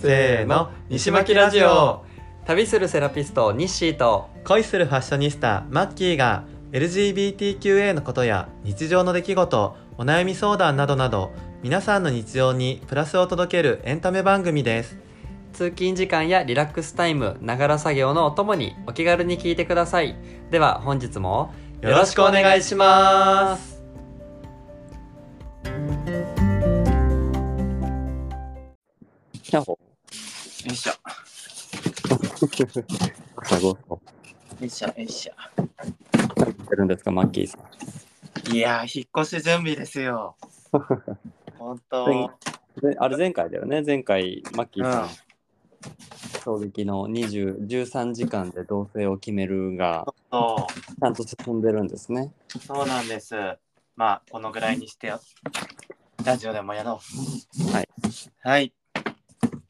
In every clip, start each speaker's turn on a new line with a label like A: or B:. A: せーの西巻ラジオ
B: 旅するセラピストニッシーと
A: 恋するファッショニスタマッキーが LGBTQA のことや日常の出来事お悩み相談などなど皆さんの日常にプラスを届けるエンタメ番組です
B: 通勤時間やリラックスタイムながら作業のお供にお気軽に聞いてくださいでは本日も
A: よろしくお願いします
B: ヤッホ
C: よいしょ。
B: 朝ご
C: よ
B: は
C: いしょ、よいし
B: んってるんですかマッキーさん
C: ょ。いやー、引っ越し準備で すよ。本当。
B: であれ前回だよね前回マッキーさん、
C: うん
B: 衝撃の20 13時間で同棲を決めるが
C: そ
B: ちゃんと進んでるんですね
C: う、そうなんです。まあ、このぐらいにしてよ。ラジオでもやろう。
B: はい。
C: はい。い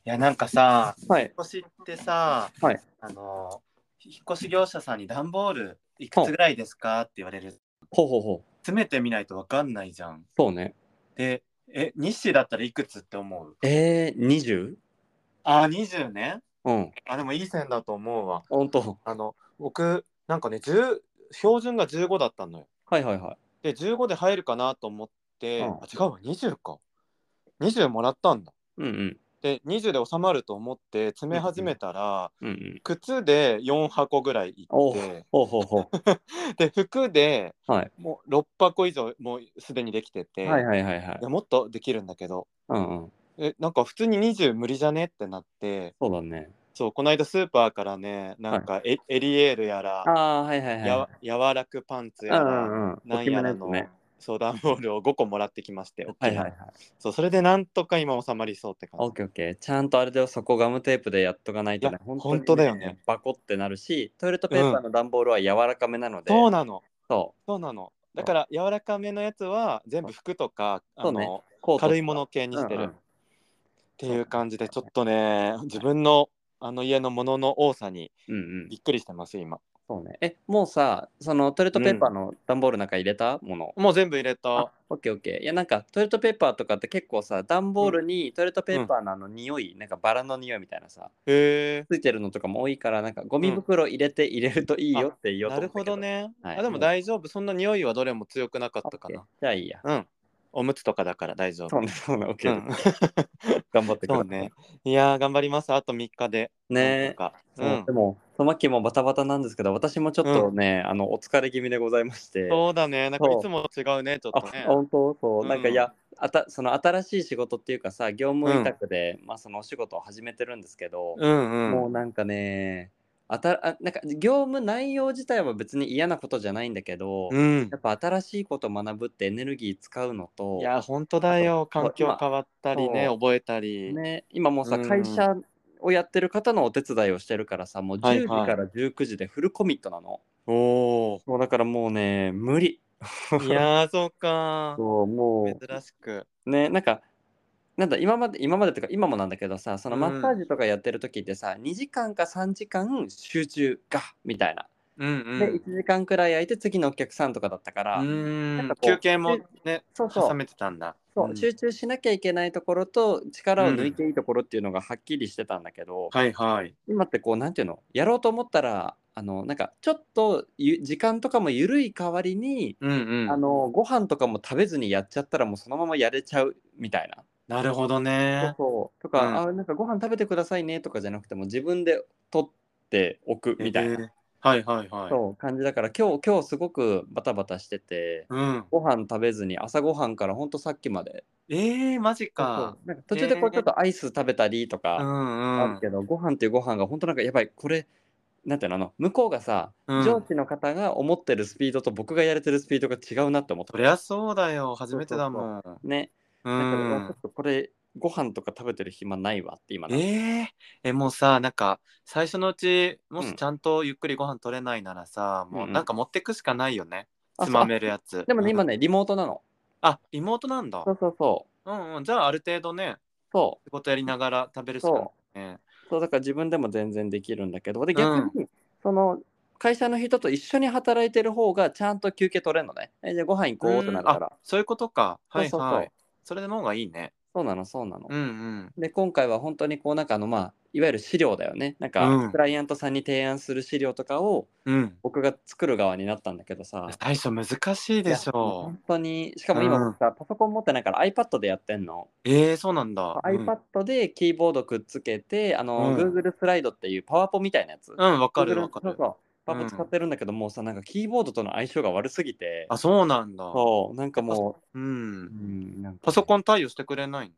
C: や、なんかさ、
B: はい
C: 引っ越しってさ、
B: はい
C: あのー、引っ越し業者さんに段ボールいくつぐらいですかって言われる。
B: ほうほうほう
C: 詰めてみないとわかんないじゃん。
B: そうね
C: で、え、日誌だったらいくつって思う
B: えー、20?
C: あー、20ね。
B: うん
C: あ、でもいい線だと思うわ。
B: 本当
C: あの僕なんかね10標準が15だったのよ
B: はいはいはい
C: で15で入るかなと思って、
B: うん
C: あ違うわ20か20もらったんだ
B: うんうん
C: で20で収まると思って詰め始めたら、
B: うんうん
C: 靴で4箱ぐらいい
B: お
C: って
B: ほうほうほ
C: で服で
B: う はい
C: もう6箱以上もうすでにできてて、
B: はいはいはいはい
C: でもっとできるんだけど
B: うんうん
C: えなんか普通に20無理じゃねってなって
B: そうだね
C: そうこの間スーパーからねなんかエ,、エリエールや
B: あ
C: ら
B: あはいはいはい
C: やわ柔らくパンツや
B: う
C: ら、
B: んうんうん
C: なんやら
B: お決
C: の
B: めやつね
C: 相談ボールを5個もらってきまして、
B: はいはいはい
C: そうそれでなんとか今収まりそうって
B: オ
C: 感
B: ッ
C: じ。
B: ケーオッケーちゃんとあれだよそこガムテープでやっとかないとね
C: いや本当だよね
B: バコってなるしトイレットペーパーの段ボールは柔らかめなので、
C: そうなの、
B: そ
C: そうなの。だから柔らかめのやつは全部服とか、
B: そ
C: あ
B: うね
C: の
B: うコート
C: 軽いもの系にして
B: うんう
C: る
B: ん
C: っていう感じでちょっとね自分のあの家のものの多さに
B: うんうん
C: びっくりしてます今。
B: そうねえもうさそのトイレットペーパーの段ボールなんか入れたもの、
C: もう全部入れ
B: あ
C: た。
B: オッケーオッケーいやなんかトイレットペーパーとかって結構さ段ボールにトイレットペーパーのあの匂い、なんかバラの匂いみたいなさ
C: へえ。
B: ついてるのとかも多いからなんかゴミ袋入れて入れるといいよって言おう
C: な
B: と
C: る
B: 思ったけ
C: ほ
B: ど、
C: どね。
B: はい
C: あでも大丈夫。そんな匂いはどれも強くなかったか
B: オッ
C: な
B: ケー。じゃあいいや
C: うん。おむつとかだから大丈
B: そ
C: 夫。
B: うねそうねオッケ
C: う
B: ー、
C: ん、
B: 頑張ってく
C: そ
B: ださ
C: う
B: い
C: ね。いやー頑張ります。あと3日で。
B: ね
C: なんとか
B: そううんでも、トマキもバタバタなんですけど、私もちょっとね、あのお疲れ気味でございまして、
C: そうだね。なんか
B: そう
C: いつもと違うね、ちょ
B: あ
C: っとね。
B: 本当そう、
C: うん
B: なんかいやあた、その新しい仕事っていうかさ、業務委託で、まあ、そのお仕事を始めてるんですけど、
C: うん
B: もう
C: うん。
B: なんかね、あたあなんか業務内容自体は別に嫌なことじゃないんだけど、
C: うん
B: や、っぱ新しいことを学ぶってエネルギー使うのと
C: い、や、本当だよ。環境変わったりね、
B: そう
C: 覚えたり。
B: ね、今もうさ、
C: うん
B: 会社をやってる方のお手伝いをしてるからさ、もう
C: はい
B: 10時
C: はい
B: から19時でフルコミットなの。。
C: おお
B: もうだからもうね無理
C: いやー、そうか。
B: そうも
C: 珍しく。
B: うねなんかなんだ今まで今までっていうか今もなんだけどさその
C: うん
B: マッサージとかやってる時ってさ、2時間か3時間集中がみたいな、
C: うん
B: で1時間くらい空いて次のお客さんとかだったから、
C: うん。う
B: なん
C: ん
B: かこう
C: 休憩もね、
B: そうそう
C: 挟めてたんだ。
B: そう
C: うん
B: 集中しなきゃいけないところと力を抜いていいところっていうのがはっきりしてたんだけど、
C: はいはい。
B: 今ってこうなんていうのやろうと思ったらあのなんかちょっとゆ時間とかも緩い代わりに、
C: うんうん。
B: あのご飯とかも食べずにやっちゃったらもうそのままやれちゃうみたいな。
C: なるほど
B: そう
C: ね。
B: そうとか、
C: うん
B: あなんかご飯食べてくださいねとかじゃなくても自分で取っておくみたいな、
C: えー。はいはいはい。
B: そう感じだから今日今日すごくバタバタしてて
C: うん。
B: ご飯食べずに朝ごはんからほんとさっきまで
C: えー、マジか。
B: なんか途中でこ
C: え
B: う
C: ー
B: ちょっとアイス食べたりと
C: う
B: かあ
C: んう
B: るけど、ご飯っていうご飯がほんとなんかやばいこれなんていうのあの向こうがさ、
C: ん。う
B: 上
C: ん。
B: 司の方が思ってるスピードと僕がやれてるスピードが違うなって思った
C: そりゃそうだよ。初めてだもん。
B: ね
C: う
B: だからちょ
C: ん
B: っ。とこれご飯とか食べてる暇ないわって今なって
C: えー、えもうさなんか最初のうちも
B: う
C: し
B: ん
C: ちゃんとゆっくりご飯取れないならさ、も
B: ん
C: う
B: う
C: うんなんか持ってくしかないよね
B: あ
C: つまめるやつ
B: でもね今
C: ね
B: ねリモートなの
C: あ妹なんだ
B: そうそうそう
C: うんうんじゃあある程度ね
B: そ
C: 仕事やりながら食べる
B: う
C: しかない
B: そ
C: ね
B: うそうだから自分でも全然できるんだけどで
C: うん
B: 逆に、その会社の人と一緒に働いてる方がちゃんと休憩取れるのねえじゃあご飯行こうってなるから
C: そういうことかはいはい
B: そうそうそう
C: それでの方がいいね
B: そうなのそうなの。
C: うん
B: で今回は本当にこうなんかあのまあいわゆる資料だよねなんか、
C: うん
B: クライアントさんに提案する資料とかを
C: うん。うん。
B: 僕が作る側になったんだけどさ
C: 最初難しいでしょう
B: 本。当にしかも今
C: うん
B: 僕さ、パソコン持ってないから iPad でやってんの、
C: ええー、そうなんだ。
B: iPad でキーボードくっつけてあ
C: う
B: の、
C: ん
B: Google スライドっていうパワポみたいなやつ、
C: うん、うんわかる
B: Google
C: わか
B: そう
C: る。
B: そうパワポ使ってるんだけど、もうさなんかキーボードとの相性が悪すぎて
C: あ、そうなんだ。
B: そうなんかも
C: う
B: う、
C: ん。
B: うんなんかね
C: パソコン対応してくれないの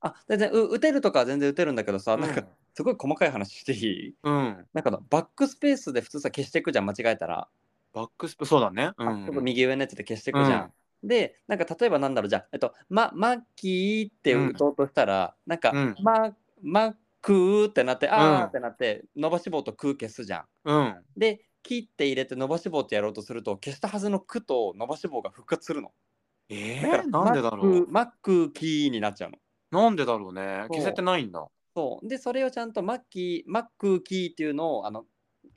B: あ全然う打てるとかは全然打てるんだけどさ、
C: うん
B: なんかすごい細かい話していい
C: うん。
B: なんかのバックスペースで普通さ消していくじゃん間違えたら、
C: バックスペそうだね。う
B: あ
C: ん。
B: ちょっと右上のやつで消していくじゃん、
C: うん
B: でなんか例えばなんだろうじゃあ、えっと「まマッキー」って打とうとしたら、なんか
C: うん
B: 「まマックー」ってなって「あ
C: う
B: ー」
C: ん
B: ってなって伸ばし棒と「く」消すじゃん
C: うん。
B: で切って入れて伸ばし棒ってやろうとすると消したはずの「く」と伸ばし棒が復活するの
C: え
B: だから
C: ー、なんでだろう。
B: マックマックキーになっちゃうの
C: なんでだろうね。消せてないんだ。
B: そうでそれをちゃんとマッキーマックキーっていうのをあの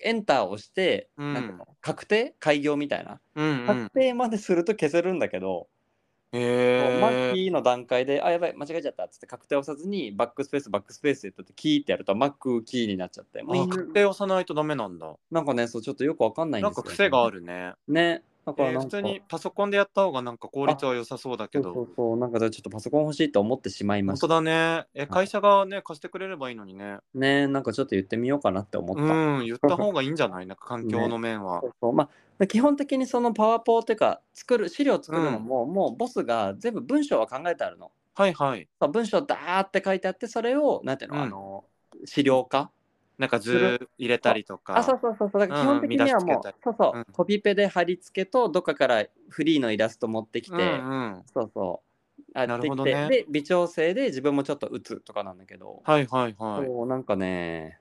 B: エンターを押して、
C: うん
B: なんかの確定開業みたいな
C: うんう
B: 確
C: ん。
B: 定まですると消せるんだけど、もうマッ
C: え
B: キ
C: ー、
B: ーの段階で「あやばい間違えちゃった」っつって確定押さずにバックスペースバックスペースって言ってキーってやるとマックキーになっちゃってもう
C: あ、確定押さないとダメなんだ。
B: なんかねそうちょっとよくわかんないん
C: な
B: で
C: ん
B: すよ、
C: か癖があ
B: る
C: るね。
B: ねだから
C: え
B: な
C: ー
B: んか、
C: 普通にパソコンでやった方がなんか効率は良さそうだけ
B: そう
C: ど。
B: そうそうなんかちょっとパソコン欲しいと思ってしまいま
C: 本
B: した
C: 当だね。え、
B: い
C: 会社がね、貸してくれればいいのにね。
B: ねなんかちょっと言ってみようかなって思った、
C: うん、言った方がいいんじゃないなんか環境 の面は
B: そ。うそうまあ、基本的にそのパワポっていうか作る資料作るのも、もうボスが全部文章は考えてあるの。
C: はいはい。
B: そう文章ダーって書いてあってそれをなんていうの,、
C: うん
B: あの資料化
C: なんか図入れたりとか。
B: あそうそうそうそうだから基本的にはもう、
C: うん見出しつけたり
B: そうそう、
C: うん
B: コピペで貼り付けとどっかからフリーのイラスト持ってきて、
C: うんうん。
B: そうそうあ
C: なるほど
B: や
C: ね
B: ってきてで微調整で自分もちょっと打つとかなんだけど、
C: はいはいはい。
B: そうなんかね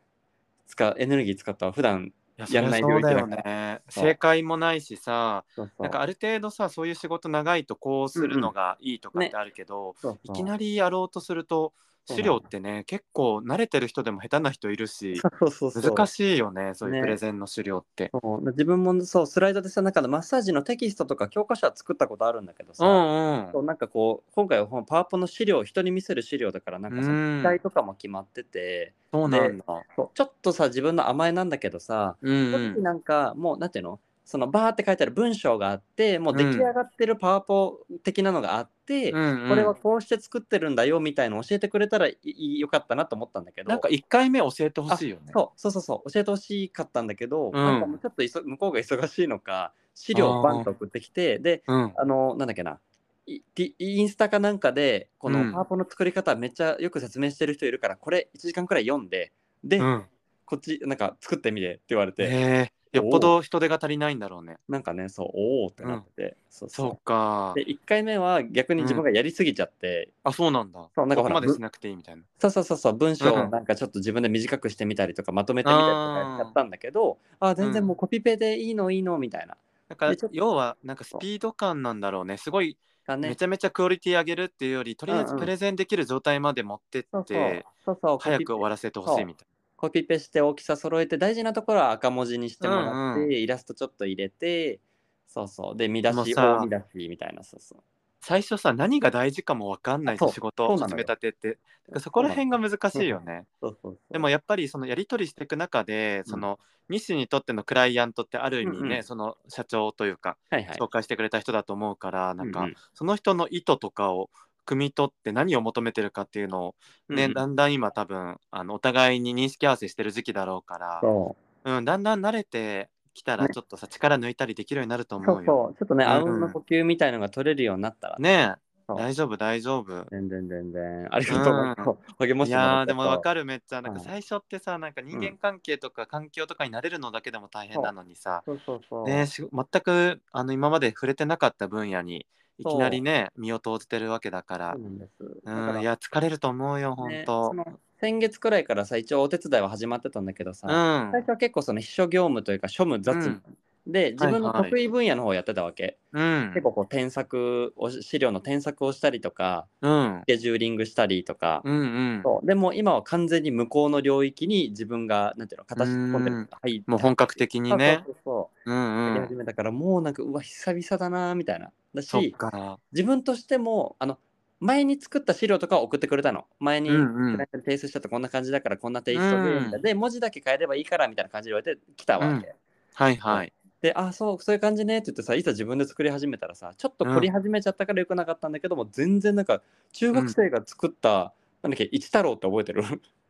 B: 使うエネルギー使ったわ普段
C: いや
B: やらない
C: そりゃそうだ
B: 領
C: よ
B: 域だ
C: ね。
B: そう
C: 正解もないしさ、
B: そうそう
C: なんかある程度さ、そういう仕事長いとこうするのがいいとかってあるけど、
B: そうそう
C: いきなりやろうとすると、
B: そう
C: 資料ってね、結構慣れてる人でも下手な人いるし、
B: そうそうそう
C: 難しいよね、そういう
B: ね
C: プレゼンの資料って。
B: そう自分もそうスライドでさなんかのマッサージのテキストとか教科書は作ったことあるんだけど
C: う
B: さ、
C: んうん
B: そう。なんかこう今回はこのパワポの資料を人に見せる資料だからなんかそ
C: うん
B: の期待とかも決まってて、
C: そうなんだ。
B: そうちょっとさ自分の甘えなんだけどさ、
C: うんう
B: 正直
C: ん。
B: なんかもうなんていうのそのバーって書いてある文章があってもう出来上がってるパワポ的なのがあって、
C: うんうん
B: これはこうして作ってるんだよみたいの教えてくれたらいいよかったなと思ったんだけど
C: なんか1回目教えてほしいよね。
B: そうそうそうそう教えてほしかったんだけど、
C: ん
B: なんかもうちょっといそ向こうが忙しいのか資料をバンと送ってきてで
C: うん。
B: あのなんだっけないイインスタかなんかでこ
C: う
B: の
C: ん
B: パワポの作り方めっちゃよく説明してる人いるからこれ1時間くらい読んでで、
C: うん。
B: こっちなんか作ってみてって言われて、
C: えー、よっぽど人手が足りないんだろうね。
B: なんかねそうおおってなってて、そうそう
C: そうか
B: で。1回目は逆に自分がやりすぎちゃって、
C: あ、そうなんだ。
B: そうなんか
C: こ
B: ほ
C: こ
B: ら
C: までしなくていいみたいな。
B: そうそうそうそう文章
C: う
B: を
C: ん
B: なんかちょっと自分で短くしてみたりとかまとめてみたりとかやったんだけど、あー全然もうコピペでいいのいいのみたいな
C: だから
B: でちょっと
C: 要はなんかスピード感なんだろうね。すごい
B: がね
C: めちゃめちゃクオリティ上げるっていうより、とりあえ
B: うん
C: ず
B: うん
C: プレゼンできる状態まで持って
B: そ
C: っ
B: うそう
C: て、
B: そうそうコ
C: 早
B: ピ
C: く
B: ペ
C: 終わらせてほしいみたい
B: コピペして大きさ揃えて大事なところは赤文字にしてもらって、
C: うんう
B: イラストちょっと入れてそうそうで見出
C: もう
B: し
C: さ
B: 大見出しみたいなそうそう
C: な。最初さ、何が大事かも分かんない
B: あ
C: と
B: そう
C: 仕事
B: そ
C: を
B: うなの
C: 始
B: よ
C: めたてって。だからそこら辺が難しいよね。
B: そうそうそう
C: でもやっぱりそのやり取りしていく中で、その西にとってのクライアントってある意味
B: うんう
C: ね、
B: ん
C: その社長というか、
B: はいはい
C: 紹介してくれた人だと思うから、なん
B: う
C: か
B: んうん
C: その人の意図とかを汲み取って何を求めてるかっていうのをね、
B: うん
C: だんだん今多分あのお互いに認識合わせしてる時期だろうから、
B: そう
C: うん、だんだん慣れてきたら
B: ね
C: ちょっとさ、力抜いたりできるようになると
B: そ
C: 思う
B: う
C: よ。
B: そうちょっとね
C: うんうん
B: あうんの呼吸みたいのが取れるようになったらね
C: ねえ
B: そう
C: 大丈夫大丈夫。
B: 全然全然ありがとう、励ま
C: い
B: してもら
C: やー
B: った
C: でも分かるめっちゃなんか
B: うん
C: 最初ってさなんか人間関係とか環境とかに慣れるのだけでも大変なのにさ、
B: そうそうそう、
C: ね、し全くあの今まで触れてなかった分野にいきなりね身を投じてるわけだから
B: そうなんですだか
C: う
B: ら
C: んいや疲れると思うよ
B: ね
C: 本当、
B: その先月くらいからさ一応お手伝いは始まってたんだけどさ、
C: うん
B: 最初は結構その秘書業務というか庶務雑務、で自分の
C: はいはい
B: 得意分野の方をやってたわけ、
C: うん
B: 結構こう添削をし資料の添削をしたりとか
C: うん
B: スケジューリングしたりとか、
C: うんうん
B: そうでも今は完全に向こうの領域に自分がなんていうの形込んで
C: うん
B: 入って
C: もう本格的にね
B: そうそ
C: う
B: うそう、
C: んう
B: やり
C: ん
B: 始めたからもうなんかうわ久々だなみたいなだ
C: そっ
B: し
C: か
B: 自分としてもあの前に作った資料とかを送ってくれたの前に
C: うんうん
B: クライアントに提出したとこんな感じだからこんなテイストで、
C: うん
B: みたいなで文字だけ変えればいいからみたいな感じで言われて来たわけ、
C: はいはい。
B: であそうそういう感じねって言ってさいざ自分で作り始めたらさちょっと凝り始めちゃったからよくなかったんだけども、全然なんか中学生が作った、なんだっけ一太郎って覚えてる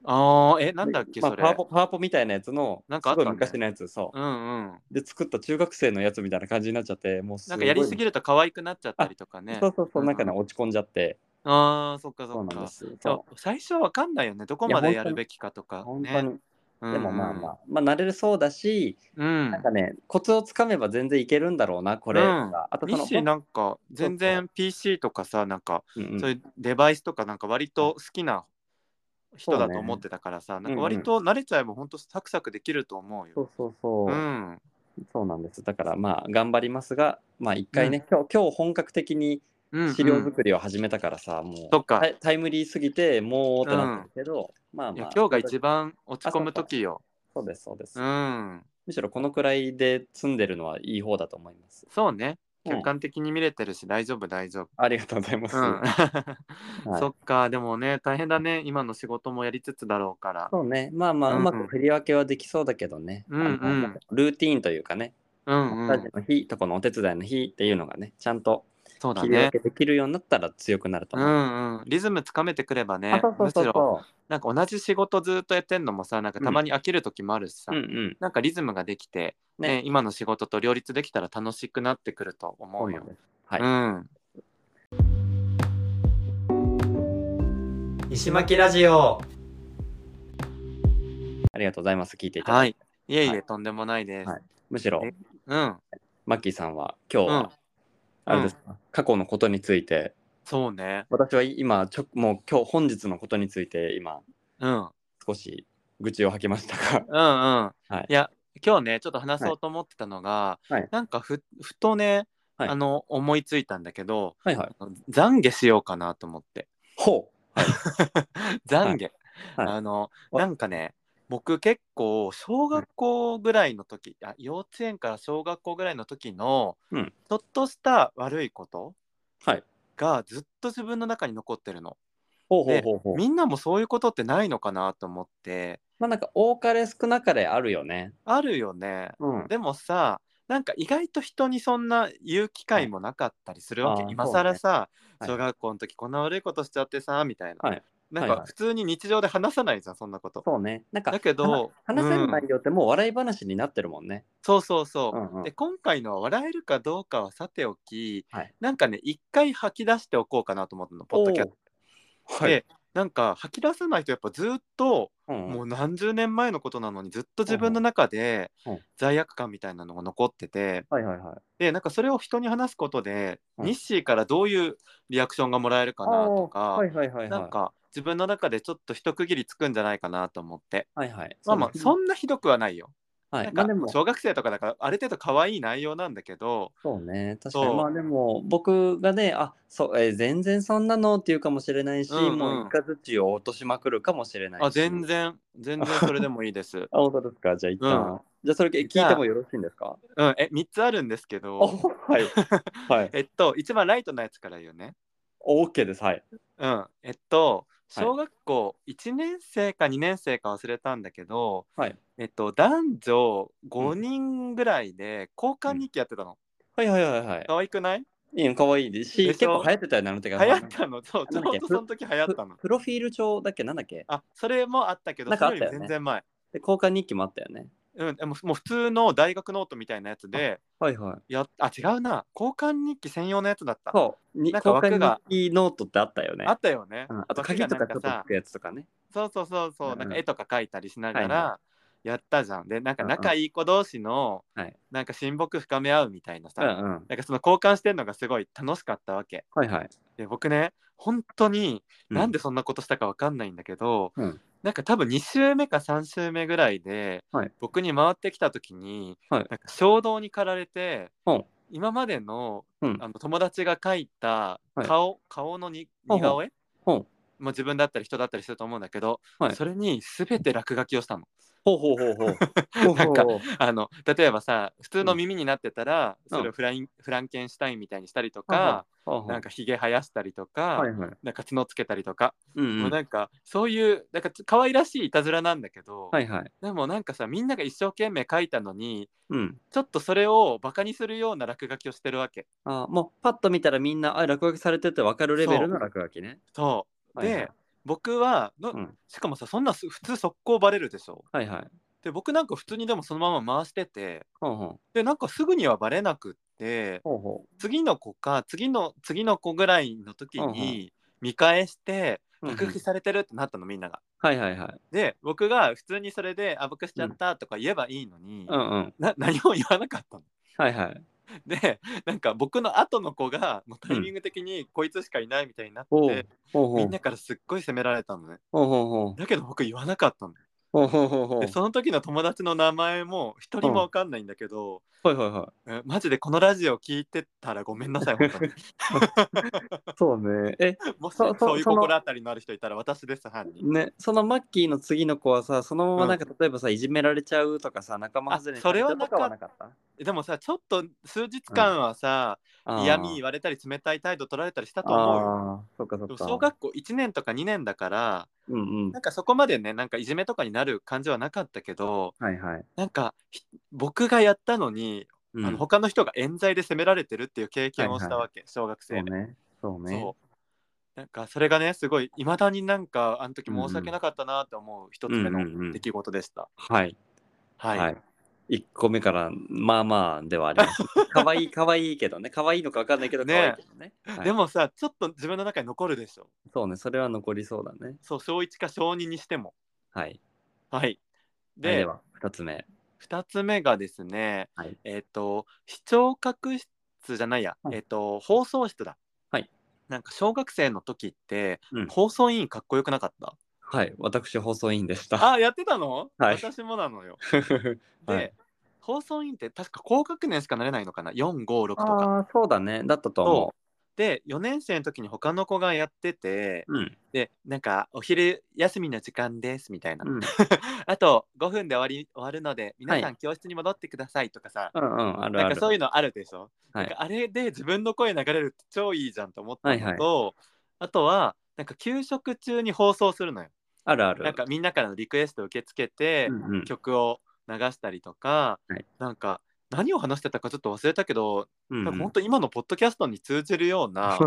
C: ああ、え、なんだっけ、
B: ま
C: そ
B: あ、
C: れ。
B: パワポパワポみたいなやつの
C: なんかあったね
B: すごい昔のやつそう
C: うんうん。
B: で作った中学生のやつみたいな感じになっちゃってもう
C: なんかやりすぎ
B: る
C: ると可愛くなっちゃったりとかね
B: そ。うそうそう、
C: うん
B: なんかね落ち込んじゃって
C: ああ、そっか
B: そ
C: そうっ
B: なんで
C: か。
B: すそ
C: そう最初はわかんないよね。どこまでやるべきかと
B: う
C: か。
B: 本当
C: ね
B: に、でもまあま
C: あ。
B: あまあ慣れるそうだし、
C: うん
B: なん。かねコツをつかめば全然いけるんだろうなこれが、
C: うん
B: あと
C: ミ
B: そ
C: ッ
B: の
C: シーなんか全然 PC とかさなんか
B: うんうん
C: そういうデバイスとかなんか割と好きな人だと思ってたからさ、
B: ね
C: なんか割と慣れちゃえば本当サクサクできると思う
B: そ
C: よ。
B: うそうそう、
C: うん。
B: そうなんですだからまあ頑張りますがまあ一回ね、今日今日本格的に
C: うん
B: 資料作りを始めたからさ、もう
C: そっか
B: タイタイムリーすぎてもうってなってるけど、まあ
C: い
B: ま
C: や
B: あ
C: 今日が一番落ち込む時よ。
B: そうですそうです、
C: うん。
B: むしろこのくらいで積んでるのはいい方だと思います、
C: そうね。
B: うん
C: 客観的に見れてるし大丈夫大丈夫。
B: ありがとうございます、
C: うん
B: い
C: そっかでもね大変だね今の仕事もやりつつだろうから
B: そうねまあまあ、う
C: うん
B: まく振り分けはできそうだけどね、
C: うんうん
B: あのなんかルーティーンというかね、
C: うんう
B: マッサージ
C: ん
B: の日とこのお手伝いの日っていうのがねちゃんと
C: そうだ
B: 切り分
C: ね
B: けできるようになったら強くなると
C: う
B: 思う、
C: んうんリズムつかめてくればね
B: あそうそうそう
C: むしろ
B: そ
C: なんか同じ仕事ずっとやってんのもさなんかたまに飽きる時もあるしさ、
B: ううんうん
C: なんかリズムができて、
B: ね
C: ね今の仕事と両立できたら楽しくなってくると思う
B: そうなん
C: よ。
B: ですは
C: うん、
B: い、
A: 石巻ラジオ
B: ありがとうございます聞いていただい
C: は
B: て、
C: いいえいえ、
B: はい
C: とんでもないです。
B: はいむしろ
C: えうん、
B: マッキーさんは今日
C: う
B: は、
C: ん
B: あれですか、過去のことについて
C: そうね。
B: 私は今ちょもう今日本日のことについて今
C: うん、うん
B: 少し愚痴を吐きましたが
C: うん。
B: はい
C: いや今日ねちょっと話そうと思ってたのが、
B: はい
C: なんかふふとね、
B: はい
C: あの思いついたんだけど
B: はいはい
C: 懺悔しようかなと思って。
B: ほ
C: 懺悔、
B: はいはい
C: あの
B: あ
C: なんかね僕結構小学校ぐらいの時、あ幼稚園から小学校ぐらいの時の、
B: うん
C: ちょっとした悪いこと
B: はい
C: がずっと自分の中に残ってるの、
B: ほうほうほうほう
C: みんなもそういうことってないのかなと思って
B: まあなんか多かれ少なかれあるよね
C: あるよね
B: うん
C: でもさなんか意外と人にそんな言う機会もなかったりするわけ、
B: はいあー
C: 今更さ、
B: そうねは
C: 小
B: い
C: 学校の時こんな悪いことしちゃってさみたいな、
B: はい
C: なん
B: はいは
C: か
B: い
C: 普通に日常で話さないじゃんそんなこと、
B: そうねなんか
C: だけど
B: はな話せる
C: うん
B: 内容ってもう笑い話になってるもんね、
C: そうそうそうう、
B: んうん
C: で今回のは笑えるかどうかはさておき、
B: はい
C: なんかね一回吐き出しておこうかなと思ったのポッドキャスト
B: おー
C: で、
B: はい、
C: なんか吐き出さないとやっぱずっと、
B: うんうん
C: もう何十年前のことなのにずっと自分の中で
B: うんうん
C: 罪悪感みたいなのが残ってて
B: はいはいはい
C: でなんかそれを人に話すことで、
B: うん
C: ニッシーからどういうリアクションがもらえるかなとか、
B: あーはいはいはいはい
C: なんか自分の中でちょっと一区切りつくんじゃないかなと思って
B: はいはい
C: まあまあそんなひどくはないよ。
B: は
C: な
B: い
C: ん
B: まあ
C: か
B: でも
C: 小学生とかだからある程度可愛い内容なんだけど
B: そうね確か
C: そ
B: に
C: う
B: まあでも僕がねあそう、えー全然そんなのっていうかもしれないし、
C: うんうん
B: もう一かずちを落としまくるかもしれないし
C: あ全然全然それでもいい です。
B: あ本当ですかじゃあ一
C: う
B: 旦、
C: ん
B: じゃあそれ聞いてもよろしいんですか
C: うん、え3つあるんですけ
B: あ
C: ど
B: はいはい
C: えっと一番ライトなやつから言うね。
B: OK ですはい
C: うん、えっと
B: はい
C: 小学校1年生か2年生か忘れたんだけど、
B: はい
C: えっと、男女5人ぐらいで交換日記やってたの。
B: はいはいはいはい
C: 可愛くない
B: いいのかわいいですし
C: で
B: 結
C: しょ
B: 構流行ってたよねあの手
C: 流
B: が
C: 行ったのそうち
B: な
C: ょ
B: んだっけ
C: うどその時流行ったの
B: プ。プロフィール帳だっけなんだっけ
C: あそれもあったけど
B: なんかあ
C: それ
B: った
C: よ
B: よ
C: り
B: ね
C: 全然前。
B: で交換日記もあったよね
C: うん、でももう普通の大学ノートみたいなやつで
B: はいはい
C: やあ違うな交換日記専用のやつだった
B: そうに
C: なんか
B: 交
C: 枠
B: 換
C: が
B: 日記ノートってあったよね
C: あったよね、
B: うんあと
C: 枠
B: 鍵
C: が
B: と
C: な
B: か
C: ん
B: ちょっと
C: さ
B: つくやつとかね
C: そうそうそうそう、
B: うん
C: なんか絵とか描いたりしなが
B: はい
C: らやったじゃん、でなんか仲いい子同士の、
B: はい
C: なんか親睦深め合うみたいなさ、
B: うんうん
C: なんかその交換してんのがすごい楽しかったわけ
B: はいはい
C: で僕ね本当に
B: うん
C: なんでそんなことしたかわかんないんだけど、
B: うん
C: なんか多分2週目か3週目ぐらいで、
B: はい
C: 僕に回ってきた時に、
B: はい
C: なんか衝動に駆られて、
B: うん
C: 今までの
B: うん
C: あの友達が描いた
B: はい
C: 顔、顔のに
B: ほう
C: 似顔絵
B: ほう
C: もう自分だったり人だったりすると思うんだけど、
B: はい
C: それに全て落書きをしたの。
B: ほうほうほうほう。ほう
C: なんか
B: ほう
C: あの例えばさ普通の耳になってたら、
B: うん
C: それをフラインフランケンシュタインみたいにしたりと
B: はい
C: か、
B: ほう
C: なんかひげ生やしたりとか、
B: はいはい。
C: なんか角つけたりとか、
B: うんう。
C: もうんなんかそういうなんか可愛らしいいたずらなんだけど、
B: はいはい。
C: でもなんかさみんなが一生懸命書いたのに
B: うん。
C: ちょっとそれをバカにするような落書きをしてるわけ。
B: あもうパッと見たらみんなあ落書きされてて分かるレベルの落書きね。
C: そうで、
B: はいはい
C: 僕はの、
B: うん
C: しかもさそんなす普通速攻バレるでしょ。
B: はいはい。
C: で僕なんか普通にでもそのまま回してて
B: ほうほう
C: でなんかすぐにはバレなくって
B: ほうほ
C: 次の子か次の次の子ぐらいの時
B: うんう
C: に見返して
B: ううんうん
C: 落書きされてるってなったのみんなが。
B: はいはいはい。
C: で僕が普通にそれで「あ僕しちゃった」とか言えばいいのに、
B: うんうん。
C: な 何も言わなかったの。
B: はいはい。
C: でなんか僕の後の子がもうタイミング的にこいつしかいないみたいになって、
B: ほうほうほ
C: み
B: うん
C: なからすっごい責められたのね。
B: ほうほ
C: だけど僕言わなかったの。
B: うほうほうほうほう
C: でその時の友達の名前も一人もわかんないんだけど、
B: はいはいは
C: えマジでこのラジオ聞いてたらごめん なさい本当に
B: い。そうね。え、
C: もし
B: そそ
C: そういう
B: その
C: 心当たりのある人いたら私です犯人。
B: ね、そのマッキーの次の子はさ、そのままなんか例えばさ、いじめられちゃうとかさ、仲間外れにされちゃうとかはなかった
C: でもさちょっと数日間はさ、嫌味言われたり冷たい態度取られたりしたと思うよ。
B: ああ、そっかそっ
C: でも
B: か。
C: 小学校1年とか2年だから
B: うんうん。
C: なんかそこまでねなんかいじめとかになる感じはなかったけど
B: はいはい。
C: なんかひ僕がやったのに、
B: うん
C: あの他の人が冤罪で責められてるっていう経験をしたわけ、小学
B: そう
C: 生で。
B: ね。そうね。
C: そうなんかそれがねすごいいまだになんかあの時申し訳なかったなって思う一つ目
B: うんうんう
C: の
B: ん
C: 出来事でした。
B: はい。
C: はい、
B: はい。1個目から、まあまあではあり ます。かわいい、かわいいけどね。かわいいのかわかんないけど、かわいい
C: ね
B: けどね。はい
C: でもさちょっと自分の中に残るでしょ。
B: そうね、それは残りそうだね。
C: そう小1か小2にしても。
B: はい。
C: はい、
B: ではい、で
C: で
B: は、2つ目。
C: 2つ目がですね、
B: はい
C: えっ、と視聴覚室じゃないや、
B: はい
C: えっ、と放送室だ。
B: はい
C: なんか小学生の時って、
B: うん
C: 放送委員かっこよくなかった
B: はい。私、放送委員でした。
C: あやってたの、
B: はい
C: 私もなのよ。で、
B: はい
C: 放送委員って確か高学年しかなれないのかな456と
B: あ
C: か。
B: あー、そうだね。だったと思
C: そうで4年生の時に他の子がやってて
B: う。うん。
C: でなんか「お昼休みの時間です」みたいな、
B: うん。
C: あと5分で終わり終わるので皆さ
B: は
C: ん教室に戻ってくださいとかさ、
B: うんうん、ある
C: な
B: あ
C: んか
B: る。
C: そういうのあるでしょ、
B: はい
C: なんかあれで自分の声流れるって超いいじゃんと思ったのと、
B: はい
C: あとはなんか給食中に放送するのよ
B: あるある。
C: なんかみんなからのリクエストを受け付けて、
B: うんうん
C: 曲を流したりとか、
B: はい
C: なんか何を話してたかちょっと忘れたけど、
B: うん
C: なんか
B: う
C: 本
B: ん
C: 当今のポッドキャストに通じるよ うな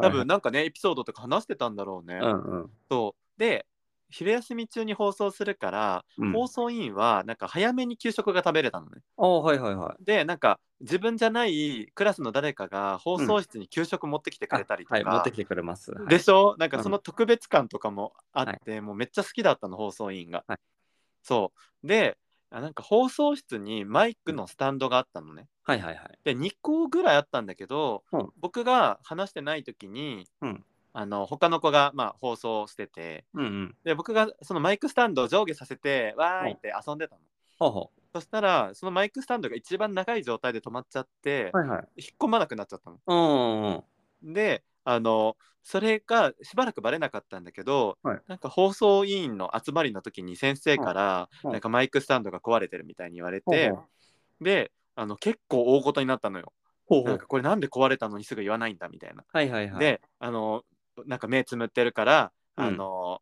C: 多分なんかねエピソードとか話してたんだろうね。
B: うんうん
C: そうで昼休み中に放送するから、
B: うん。
C: 放送委員はなんか早めに給食が食べれたのね。
B: ああ、はいはいはい。
C: でなんか自分じゃないクラスの誰かが放送室に給食持ってきてくれたりとか、
B: はい、持ってきてくれます。はい
C: でしょなんかその特別感とかもあって、もうめっちゃ好きだったの放送委員が。
B: はい
C: そうであなんか放送室にマイクのスタンドがあったのね。
B: はいはいはい。
C: で2個ぐらいあったんだけど、
B: うん
C: 僕が話してない時に、
B: うん
C: あの他の子が、まあ、放送してて
B: うんうん。
C: で僕がそのマイクスタンドを上下させてわーいって遊んでたの。
B: ほうほ
C: そしたらそのマイクスタンドが一番長い状態で止まっちゃって、
B: う。はいはい。
C: 引っ込まなくなっちゃったの。
B: うんうんうん。
C: であのそれがしばらくバレなかったんだけど、
B: はい
C: なんか放送委員の集まりの時に先生から、
B: うんうん
C: なんかマイクスタンドが壊れてるみたいに言われ
B: ほう
C: て、であの結構大事になったのよ。
B: ほうほ
C: なん
B: う
C: か。これなんで壊れたのにすぐ言わないんだみたいな。
B: はいはいはい。
C: であのなんか目つむってるから、
B: うん
C: あの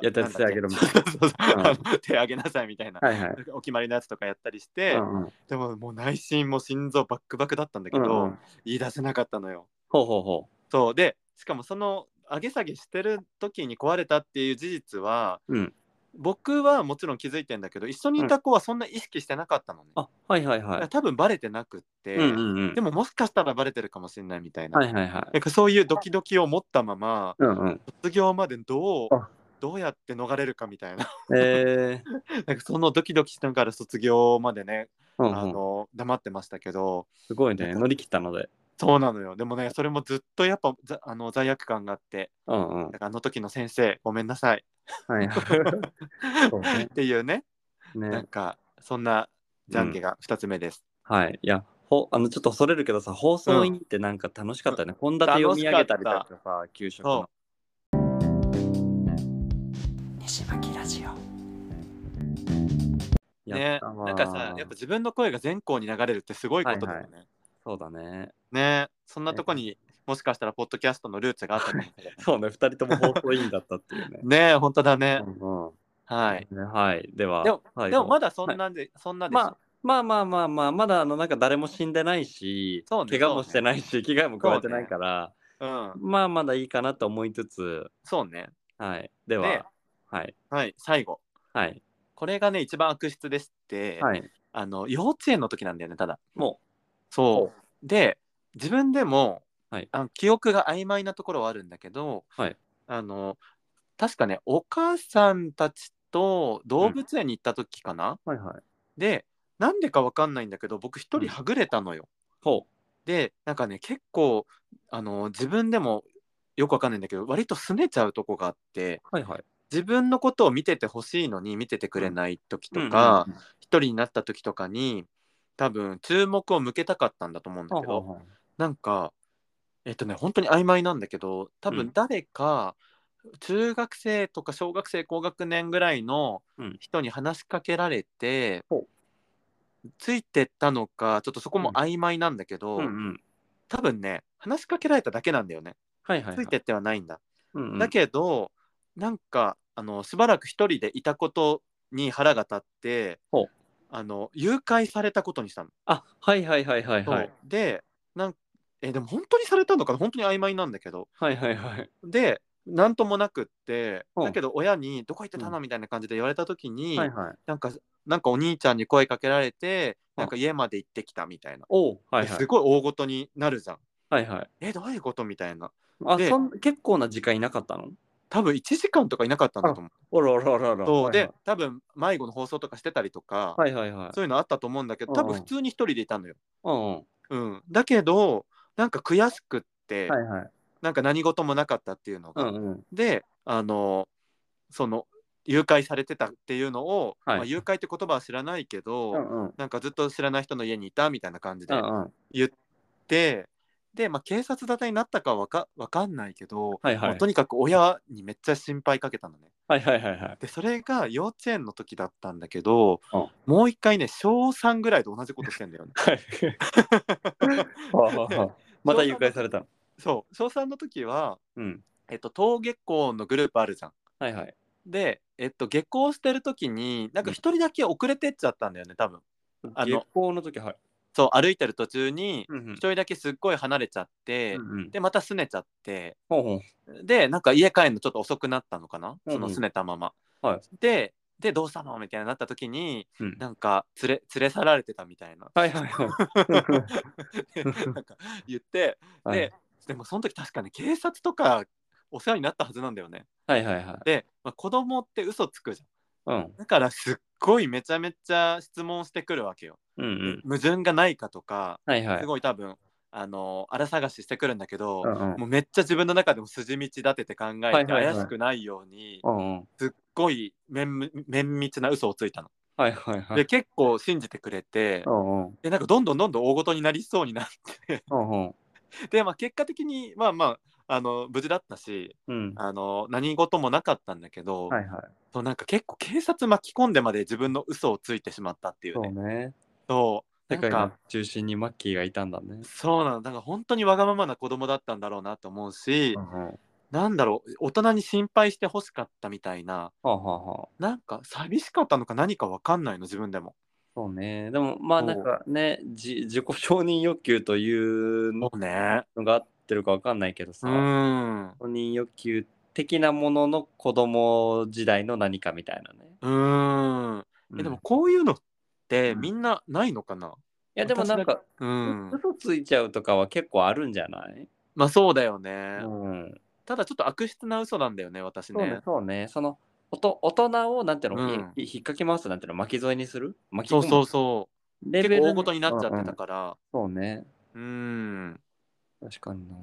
B: やったやつ手あげろみたい
C: なそうそうそう
B: うん
C: あの手あげなさいみたいな、
B: はいはい。
C: お決まりのやつとかやったりして、
B: うんうん
C: でももう内心も心臓バックバックだったんだけど、
B: うんうん
C: 言い出せなかったのよ。
B: ほうほうほ
C: そうでしかもその上げ下げしてる時に壊れたっていう事実は、
B: うん
C: 僕はもちろん気づいてんだけど一緒にいた子はそんな意識してなかったのね、
B: う。あ、はいはい
C: だか
B: は
C: ら多分バレてなくっ
B: い。
C: て、
B: うんうんうん
C: で。ももしかしたらバレてるかもしれないみたいな,、
B: はいはいはい。
C: なんかそういうドキドキを持ったまま
B: うんうん。
C: 卒業までどう
B: あ
C: どうやって逃れるかみたいな
B: えー。
C: なんかそのドキドキしながら卒業までね、
B: うん
C: あ
B: うん。
C: の黙ってましたけど
B: すごいね。乗り切ったので。
C: そうなのよでもねそれもずっとやっぱざあの罪悪感があって
B: うんうん。
C: だからあの時の先生ごめんなさい
B: はいはい。そうね
C: っていうね、なん
B: ね。
C: かそんなジャンケが2つ目です。
B: はい。いや、ほあの、ちょっとそれるけどさ、放送委員ってなんか楽しかったね。本立て読み上げたりとかさ、給食の。しばきラジオ。
C: ねなんかさやっぱ自分の声が全校に流れるってすごいことだよね、
B: そうだね。
C: ねそんなとこにもしかしたらポッドキャストのルーツがあったかもしれない。
B: そうね、二人とも放送委員だったって いうね
C: ね本当だね、
B: うんうん
C: はい
B: ねはい。では、
C: でも
B: 最後
C: でもまだそんなんで、そんなでしょ、
B: まあまあまあまあまあ、まだあの、なんか誰も死んでないし、
C: そうね
B: 怪我もしてないし、着替えも加えてないから、
C: うん
B: まあまだいいかなと思いつつ、
C: そうね
B: はい。では、
C: ね
B: はい。
C: はい最後
B: はい。
C: これがね一番悪質でして、
B: はい。
C: あの幼稚園の時なんだよねただ
B: も
C: そうで自分でも、
B: はい
C: あの記憶が曖昧なところはあるんだけど、
B: はい
C: あの確かねお母さんたちと動物園に行った時かな、
B: う、はいはい。
C: でなんでかわかんないんだけど僕一
B: うん
C: 人はぐれたのよ、
B: ほ
C: でなんかね結構あの自分でもよくわかんないんだけど割と拗ねちゃうとこがあって
B: う。はいはい。
C: 自分のことを見ててほしいのに見ててくれない時とか
B: うんうん
C: 一、人になった時とかに多分注目を向けたかったんだと思うんだけど、
B: うん、
C: なんかえっとね本当に曖昧なんだけど多
B: うん
C: 分誰か中学生とか小学生高学年ぐらいの
B: うん
C: 人に話しかけられて、
B: ほ
C: ついてったのかちょっとそこも曖昧なんだけど、
B: うんうん。
C: 多分ね話しかけられただけなんだよね
B: はいはい、は
C: ついてってはないんだ、
B: うんうん
C: だけどなんかあのしばらく一人でいたことに腹が立って
B: ほう
C: あの誘拐されたことにしたの。
B: あ、はいはいはいはい
C: そう
B: はい。
C: でなんえでも本当にされたのかな本当に曖昧なんだけど
B: はいはいはい。
C: で何ともなくって
B: うん
C: だけど親に「どこ行ってた
B: う
C: の?」みたいな感じで言われた時に、
B: はいはい。
C: なんかなんかお兄ちゃんに声かけられて
B: うん
C: なんか家まで行ってきたみたいな、
B: おうはいは
C: す
B: い。
C: ごい大ごとになるじゃん。
B: はいはい。
C: えどういうことみたいな
B: あ、
C: で
B: そん結構な時間いなかったの
C: 多分1時間とかいなかったんだと思う。
B: おらおらおらおら。
C: そう
B: はいはい
C: で多分迷子の放送とかしてたりとか、
B: はいはいはい。
C: そういうのあったと思うんだけど
B: うんうん
C: 多分普通に一人でいたのよ。
B: うんうん。
C: うん、だけどなんか悔しくって、
B: はいはい。
C: なんか何事もなかったっていうの
B: う
C: が、
B: んうん。
C: であのその誘拐されてたっていうのを、
B: はい
C: まあ、誘拐って言葉は知らないけど、
B: うんうん。
C: なんかずっと知らない人の家にいたみたいな感じ
B: う
C: で
B: んうん。
C: 言って、で、まあ、警察沙汰になったかはわかわかんないけど、
B: はいは
C: も
B: いう
C: と。にかく親にめっちゃ心配かけたのね。
B: はいはいはい はい。
C: でそれが幼稚園の時だったんだけど、
B: うん。
C: もう一回ね小3ぐらいで同じことしてんだよね
B: はい。また誘拐されたの。
C: そう小3の時は、
B: うん。
C: えっと、登下校のグループあるじゃん。
B: はいはい。
C: で、えっと、下校してる時になんか一人だけ遅れてっちゃったんだよね多分あの
B: 月光の時はい。
C: そう歩いてる途中に
B: うんうん
C: 一。人だけすっごい離れちゃって、
B: うん
C: でまた拗ねちゃって
B: ほうほう
C: でなんか家帰るのちょっと遅くなったのかな、
B: うんうん
C: その拗ねたまま、
B: はい
C: ででどうしたのみたいになった時に
B: うん
C: なんか連れ連れ去られてたみたいな
B: はいはいはい。
C: なんか言って
B: はい
C: ででもその時確かね警察とかお世話になったはずなんだよね
B: はいはいはい。
C: で、まあ、子供って嘘つくじゃん
B: うん。
C: だからすっごいめちゃめちゃ質問してくるわけよ。
B: うんうん。
C: 矛盾がないかとか
B: はいはい
C: す。ごい多分あの荒探ししてくるんだけど、
B: うんうん
C: もうめっちゃ自分の中でも筋道立てて考えて、
B: いはいはい
C: 怪しくないように
B: うんうん。
C: すっごい綿綿密な嘘をついたの。
B: はいはいは
C: で
B: い。
C: 結構信じてくれて
B: うんうん。
C: でなんかどんどんどんどん大ごとになりそうになっ
B: うんうん。
C: て で、まあ、結果的にまあまああの無事だったし
B: うん。
C: あの何事もなかったんだけど、
B: はいはい。
C: そうなんか結構警察巻き込んでまで自分の嘘をついてしまったっていう
B: そう
C: ね。
B: ね。
C: そう
B: 世
C: なん
B: 界の
C: か
B: 中心にマッキーがいたんだね。
C: そうなのだから本当にわがままな子供だったんだろうなと思うし、
B: うんうん。
C: なんだろう大人に心配してほしかったみたいな
B: はあはあはあ。
C: なんか寂しかったのか何かわかんないの自分でも。
B: そうね。でも、まあ
C: そう
B: なんかね、じ自己承認欲求というの
C: そうね。
B: が合ってるかわかんないけど
C: う
B: さ、
C: ん。う
B: 承認欲求的なものの子供時代の何かみたいなね。
C: ーん。
B: うん
C: えでも
B: い
C: こういうのって
B: うん
C: みんなないのかな。
B: や、でもなんか、
C: うん。
B: 嘘ついちゃうとかは結構あるんじゃない、
C: まあそうだよね。
B: うん、
C: ただちょっと悪質な嘘なんだよね私
B: そうね
C: ね。、
B: そうね。その、おと大人を、なんていうの、
C: うん
B: い引っかき回す、なんていうの、巻き添えにする巻き
C: そうそう
B: う。
C: そう。
B: レ
C: 結
B: ベル
C: 構
B: の
C: 大事になっちゃってたから。
B: うんうんそうね。
C: うん。
B: 確かにな。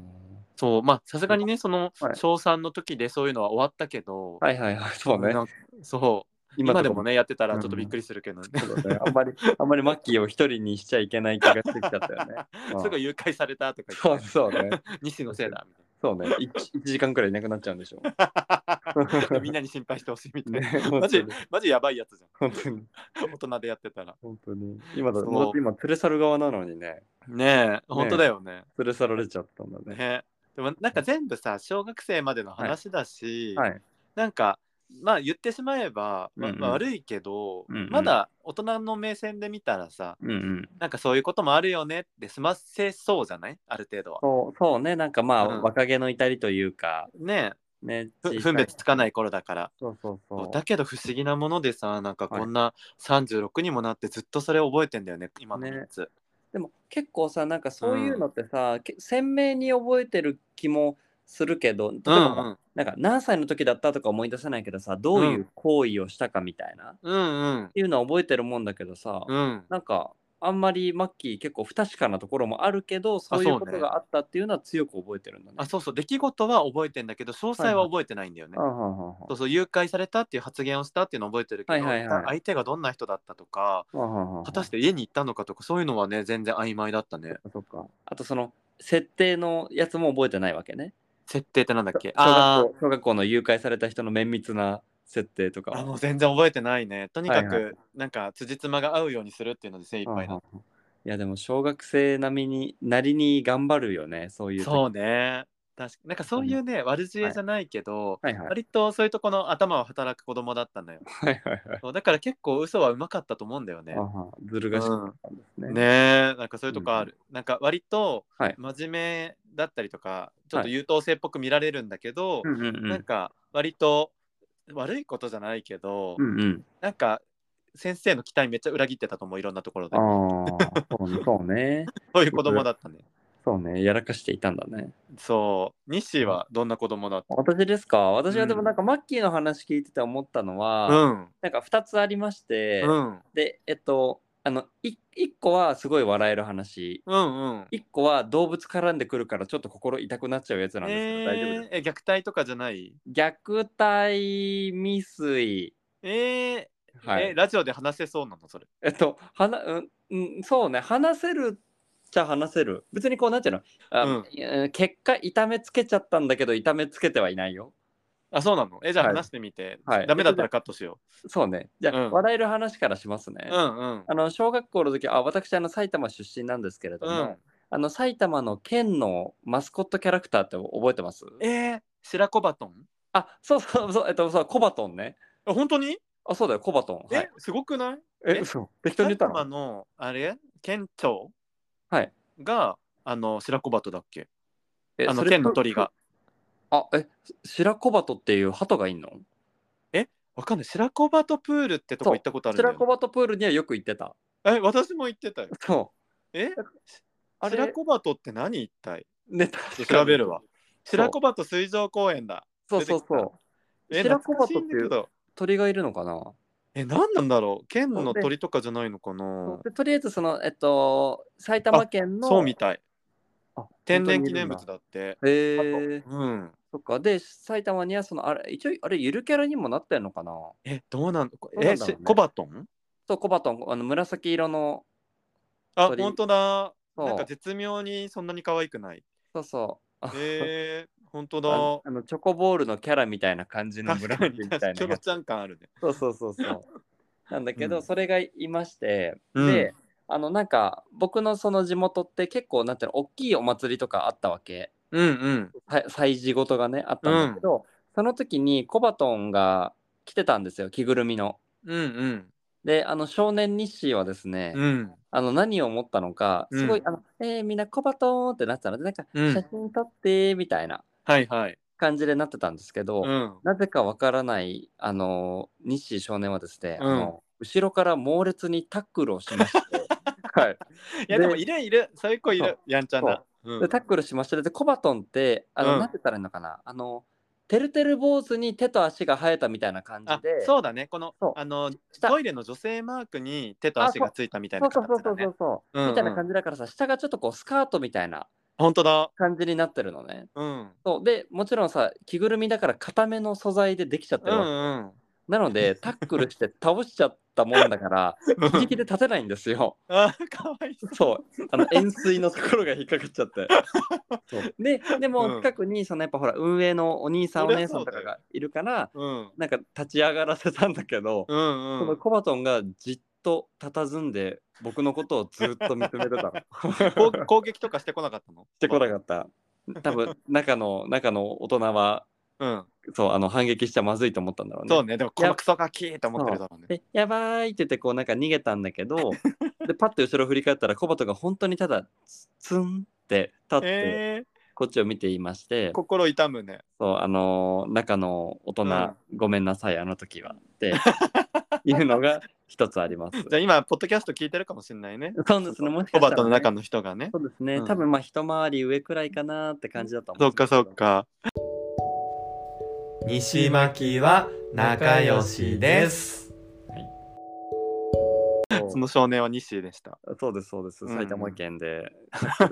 C: そうまあさすがにねその
B: はい
C: 小3の時でそういうのは終わったけど、
B: はいはいはい、そうね。
C: なんかそう今でも
B: ね。
C: ねやってたらちょっとびっくりするけどね、
B: そうだねあんまり、 あんまりマッキーを一人にしちゃいけない気がしてきちゃったよね。うん
C: すぐ誘拐されたとか
B: そう
C: 言って
B: そうね。
C: 西のせいだみ
B: そうね。1, 時間くらいいなくなっちゃうんでしょ。
C: たいな でみんなに心配してほしいみたいな。
B: マ
C: マジマジやばいやつじゃ
B: 本当に
C: ん。大人でやってたら。
B: 本当に今だ
C: そう
B: もう今連れ去る側なのにね
C: ねえ、本当だよね。
B: 連れ去られちゃったんだね
C: ねでもなんか全部さ、小学生までの話だし、
B: はい
C: なんか、まあ言ってしまえば、ま
B: うんうん
C: まあ悪いけど、
B: うんうん
C: まだ大人の目線で見たらさ、
B: うんうん
C: なんかそういうこともあるよねって済ませそうじゃないある程度は。
B: そうそうねなんかまあ、
C: うん
B: 若気の至りというか
C: ね
B: ね
C: え、ふ分別つかないい頃だから。
B: そうそうそう
C: だけど不思議なものでさ、なんかこんな36にもなってずっとそれ覚えてんだよね、今の
B: ね
C: 3つ。
B: でも結構さなんかそういうのってさ、け鮮明に覚えてる気もするけど例えば、
C: うん
B: なんか何歳の時だったとか思い出せないけどさどういう行為をしたかみたいな、っ
C: うん
B: ていうのは覚えてるもんだけどさ、
C: うんうん。
B: なんかあんまりマッキー結構不確かなところもあるけどそういうこ
C: そう
B: と
C: ね
B: があったっていうのは強く覚えてるんだね。
C: あそうそう出来事は覚えてんだけど詳細は覚えてないんだよね。
B: あはんはんはん
C: そうそう誘拐されたっていう発言をしたっていうのを覚えてるけど、
B: はいはいはい
C: 相手がどんな人だったとか
B: あはんはんはん
C: 果たして家に行ったのかとかそういうのはね全然曖昧だったね。
B: そっかあとその設定のやつも覚えてないわけね。
C: 設定ってなんだっけ
B: 小
C: あ
B: 学校小学校の誘拐された人の綿密な設定とか
C: ー
B: は
C: あもう全然覚えてないね。とにかく、
B: はいは
C: なんか辻褄が合うようにするっていうので精一杯だっ
B: いやでも小学生並みになりに頑張るよねそういう
C: た。
B: 時
C: そうね確かなんかそういうね悪知恵じゃないけど、
B: はいはい
C: 割とそういうとこの頭を働く子供だったのよ。
B: はいはいはい
C: そうだから結構嘘はうまかったと思うんだよね。
B: あはずる賢かったんですね,、
C: ねえなんかそういうとこある、なんか割と
B: はい
C: 真面目だったりとか、ちょっと優等生っぽく見られるんだけど、
B: うんうんう
C: なん
B: ん
C: か割と悪いことじゃないけど、
B: うんうん
C: なんか先生の期待めっちゃ裏切ってたと思ういろんなところで
B: ああそうねそうね
C: そういう子供だったね
B: そうねやらかしていたんだね
C: そうニッシーはどんな子供だった
B: 私ですか私はでもなんかマッキーの話聞いてて思ったのは、
C: うん
B: なんか2つありまして、
C: うん
B: でえっとあの 1, 個はすごい笑える話
C: うんうん
B: 1個は動物絡んでくるからちょっと心痛くなっちゃうやつなんですけど、
C: え
B: 大丈夫ですか
C: ーえ虐待とかじゃない
B: 虐待未遂
C: えー
B: は
C: え
B: い
C: ラジオで話せそうなのそれ
B: えっとはな、うんうん、そうね話せるっちゃ話せる別にこうなんていうのあ、
C: うん
B: いや結果痛めつけちゃったんだけど痛めつけてはいないよ
C: あそうなのえじゃあ
B: はい
C: 話してみて、
B: はい
C: ダメだったらカットしよ
B: そうねじゃあ、
C: うん
B: 笑える話からしますね、
C: う、うんうん
B: あの小学校の時あ私あの埼玉出身なんですけれども、
C: うん
B: あの埼玉の県のマスコットキャラクターって覚えてます
C: えー、白子バトン
B: あそうそうそうえっとそうコバトンね
C: あ本当に
B: あそうだよコバトン
C: え、
B: はい
C: すごくないえ
B: そう適当に
C: 埼
B: 言ったの
C: 玉のあれ県庁
B: はい
C: があの白子バトだっけ
B: え
C: あの
B: それ
C: 県の鳥が
B: あ、え、白子鳩っていう鳩がいんの
C: わかんない白子バトプールってとこ
B: そう
C: 行ったことあるんだ
B: 白
C: よ
B: 子鳩プールにはよく行ってた。
C: え私も行ってたよ
B: そう。
C: え
B: あれ
C: 白子バトって何一体
B: ね、
C: ちょ
B: 確
C: っと
B: か
C: 調
B: に
C: べるわ。白子バト水上公園だ
B: そうそう
C: 出
B: そう。
C: え
B: 白子
C: 懐かして
B: 鳩っ
C: いんだ
B: い
C: け
B: う
C: ど
B: 鳥がいるのかな、
C: え何なんだろう県の
B: で
C: 鳥とかじゃないのかな
B: でとりあえずその、えっと、埼玉県の。
C: そうみたい
B: あ
C: 天然記念物
B: 本
C: だって
B: 当にいるんだ。へえ
C: うん
B: そっか。で、埼玉にはその、あれ、一応、あれ、ゆるキャラにもなってんのかな
C: えどうなん
B: うなんだろ
C: え
B: うね
C: しコバトン
B: そう、コバトン、あの紫色の、
C: あ
B: 鳥
C: 本当だ
B: そう
C: なんか絶妙にそんなに可愛くない。
B: そう そう。あ
C: えー、本当
B: あの
C: だ。
B: あのチョコボールのキャラみたいな感じの
C: 確か
B: 紫
C: に
B: み、
C: 確
B: た
C: か
B: い
C: にキ
B: な
C: ョ
B: や
C: ロ
B: つ
C: ちゃん感あるね。
B: そうそうそうそう。なんだけど、
C: うん
B: それがいまして、
C: うん
B: で、あのなんか僕のその地元って結構なんていうの大きいお祭りとかあったわけ
C: うんうん。
B: さ祭事ごとがねあったんだけど、その時にコバトンが来てたんですよ着ぐるみの。
C: うんうん。
B: であの少年日誌はですね、
C: うん。
B: あの何を思ったのかすご
C: う
B: い、あのえー、みんなコバトンってなってたのでなんか
C: うん
B: 写真撮ってみたいな
C: はいはい。
B: 感じでなってたんですけど、
C: うん。
B: なぜかわからない、あの、西少年はですね、
C: うん
B: あの後ろから猛烈にタックルをしま して、はい、
C: いやでもいるいる。そういう子い
B: そ
C: る
B: う。
C: やんちゃな。うん
B: でタックルしまして、で、コバトンって、あの、
C: うん
B: なんて言ったらいいのかな、あの、てるてる坊主に手と足が生えたみたいな感じ
C: あ
B: で、う
C: そうだね。この
B: そう
C: あの
B: 下
C: トイレの女性マークに手と足がついたみたい
B: そ
C: な
B: うそう
C: 形
B: そうそ
C: だ
B: う
C: ね。
B: そう、
C: うんうん
B: みたいな感じだからさ、下がちょっとこうスカートみたいな
C: 本当だ。
B: 感じになってるのね。
C: うん。
B: そうでもちろんさ着ぐるみだから固めの素材でできちゃって
C: う
B: るわけ、
C: んうん。
B: なのでタックルして倒しちゃったもん だから自力で立てないんですよ。
C: あーかわいそう。
B: そうあの円錐のところが引っかかっち ゃってそうででも
C: うん
B: 近くにそのやっぱほら運営のお兄さん
C: そ
B: お
C: り
B: 姉
C: ゃ
B: さ
C: そ
B: ん
C: う
B: と
C: だよ
B: かがいるから
C: うん。
B: なんか立ち上がらせたんだけど、
C: うん
B: そうの
C: ん。
B: コバトンがじっと佇んで僕のことをずっと見つめてた の
C: 攻攻撃とかしてこなかったの
B: してこなかった多分中の中の大人は
C: うん。
B: そうあの反撃しちゃまずいと思ったんだろうね
C: そうね。でもこのクソガキーと思ってるだろうね。
B: でやばいって言ってこうなんか逃げたんだ けどでパッと後ろ振り返ったらコバトンが本当にただツツンって立って、
C: え
B: こっちを見ていまして
C: ー、心痛むね。
B: そうあのー中の大人、
C: うん
B: ごめんなさいあの時 はっていうのが一つあります。
C: じゃあ今、ポッドキャスト聞いてるかもしれないね。
B: そうですねもしか
C: コバ
B: したら、ね、
C: トの中の人がね。
B: そうですね、
C: うん
B: 多分まあ一回り上くらいかなって感じだと思
C: そうっかそっか。
A: 西巻は仲良しです。
B: そう
C: その少年はニッシーでした。
B: そうですそうです
C: うん
B: 埼玉県で、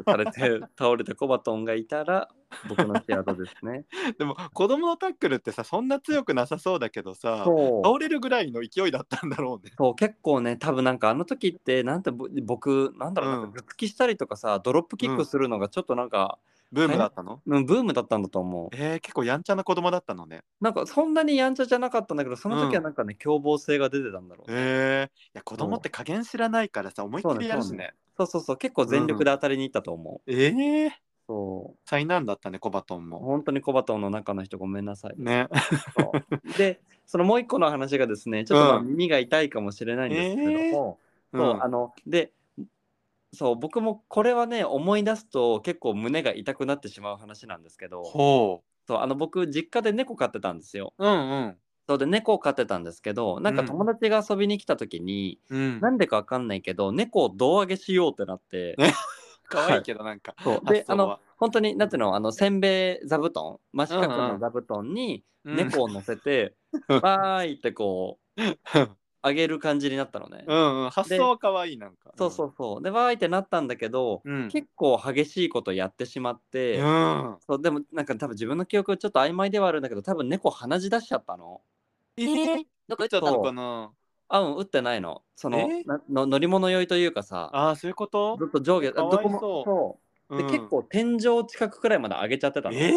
B: されて倒れたコバトンがいたら僕の仕業ですね。
C: でも子供のタックルってさそんな強くなさ そうだけどさ
B: そう
C: 倒れるぐらいの勢いだったんだろうね。
B: そう結構ね多分なんかあの時ってなんてぼ僕なんだろうな、
C: うん
B: ぶつきしたりとかさドロップキックするのがちょっとなんか、
C: ブームだったの
B: うん、ブームだったんだと思う。
C: えー、結構やんちゃな子供だったのね。
B: なんかそんなにやんちゃじゃなかったんだけどその時はなんかね、凶暴性が出てたんだろうね、
C: えー、いや子供って加減知らないからさ思いっきりやるしね。
B: そうそうそう結構全力で当たりに行ったと思
C: えー、
B: う、そう
C: 災難だったねコバトンも。
B: 本当にコバトンの中の人ごめんなさい、
C: ね。
B: そうでそのもう一個の話がですねちょっとまあ
C: うん
B: 耳が痛いかもしれないんですけども、 そう
C: うん
B: あのでそう僕もこれはね思い出すと結構胸が痛くなってしまう話なんですけど
C: ほ
B: そうあの僕実家で猫飼ってたんですよ
C: う。うんうん。
B: そうで猫を飼ってたんですけどなんか
C: うん
B: 友達が遊びに来た時に、
C: うん、
B: なんでかわかんないけど猫を胴上げしようってなって、
C: ねかわいいけどなんか。
B: そう
C: 発
B: であ
C: 想
B: の
C: は
B: 本当になんていうのあのせんべい座布団真四角の座布団に
C: うん
B: 猫を乗せて「
C: うん
B: わーい」ってこう上げる感じになったのね。
C: うんうん、発想はかわいいなんか。
B: そうそうそうでわーいってなったんだけど、
C: うん。
B: 結構激しいことやってしまって、
C: うん。
B: そうでもなんか多分自分の記憶ちょっと曖昧ではあるんだけど多分猫鼻血出しちゃったの。
C: えー、どっか行っちゃったのかな
B: あうん打ってないのその,、
C: え
B: なの乗り物酔いというかさ
C: ああ、そういうこと
B: ずっと上下あ
C: かわい
B: どこも
C: そう
B: そうで、
C: うん
B: 結構天井近くくらいまで上げちゃってたの。
C: え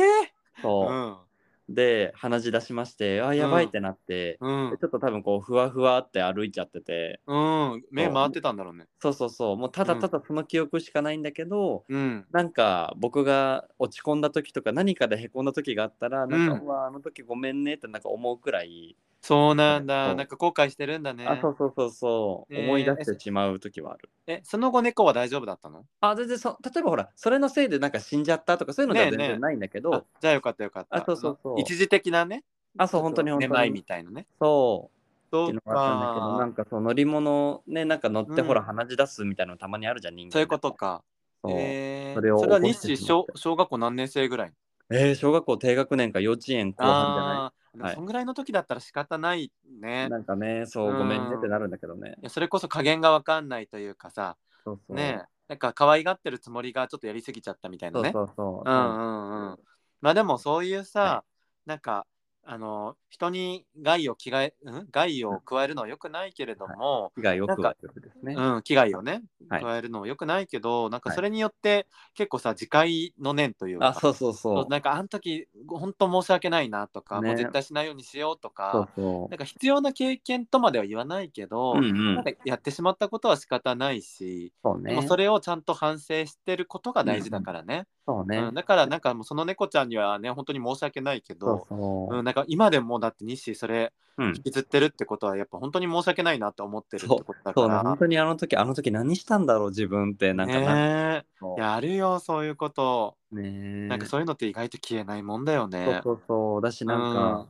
B: そう
C: ー、
B: で鼻血出しましてあやばいってなって、
C: うん。
B: でちょっと多分こうふわふわって歩いちゃってて
C: うん。うん。目回ってたんだろうね。
B: そうそうそうもうただただその記憶しかないんだけど、
C: うん。
B: なんか僕が落ち込んだ時とか何かでへこんだ時があったらなんか、う
C: うん
B: わあの時ごめんねってなんか思うくらい、
C: そうなん
B: そう
C: だ。なんか後悔してるんだね。
B: あそうそうそうそう、
C: ね
B: 思い出してしまう時はある。
C: え、その後猫は大丈夫だったの
B: あ全然そ例えばほらそれのせいでなんか死んじゃったとかそういうのでは
C: ねえ
B: 全
C: ねえ
B: 然ないんだけど、
C: あじゃあよかったよかった。
B: あそうそうそう
C: の一時的なね。
B: あそう本当に本当に
C: めまいみたいなね。
B: そうっ
C: そ
B: ていううのがあったんだけどなん
C: か。
B: かその乗り物ねなんか乗って
C: うん
B: ほら鼻血出すみたいなのたまにあるじゃん人間
C: そういうことか。
B: そう
C: えー
B: そ
C: そ
B: れ
C: れ
B: を
C: は
B: 起こして
C: 日
B: しまっ
C: 小
B: て
C: 小学校何年生ぐらい
B: えー小学校低学年か幼稚園後半じゃな
C: ああー、でも
B: はい
C: そんぐらいの時だったら仕方ない
B: い
C: ね。
B: なんかねそう
C: うん
B: ごめんねってなるんだけどね
C: いやそれこそ加減がわかんないというかさ、
B: そうそう
C: ねえなんか可愛がってるつもりがちょっとやりすぎちゃったみたい
B: そ
C: な
B: う
C: ね。
B: そうそう
C: う
B: うん
C: うんんうん。まあでもそういうさ、
B: は
C: なんかあの人に害を着替え、うん、害を加えるのは良くないけれども、
B: 被害を
C: な
B: 加
C: んか
B: えるですね
C: うん、危害をね、
B: はい
C: 加えるのは良くないけど、なんか
B: はい
C: それによって結構さ自戒の念というか。
B: あそうそうそう
C: なんかあの時本当申し訳ないなとか、
B: ね
C: もう絶対しないようにしようとか
B: そうそ
C: なんか必要な経験とまでは言わないけど、
B: ううんう
C: なんんかやってしまったことは仕方ないし、
B: そう
C: で
B: ね
C: もそれをちゃんと反省してることが大事だからね、
B: そうね
C: うん、だからなんかもうその猫ちゃんにはね本当に申し訳ないけ
B: そう
C: ど
B: そう
C: うん、なんか今でもだって日誌それ
B: うん
C: 引きずってるってことはやっぱ本当に申し訳ないなって思ってるってことだ
B: そ
C: か
B: うね
C: ら
B: 本当にあの時あの時何したんだろう自分ってなんかな
C: ねえいやあるよそういうこと、
B: ね
C: なんかそういうのって意外と消えないもんだよ
B: そう
C: ね
B: そうそうだしなん
C: う
B: か
C: ん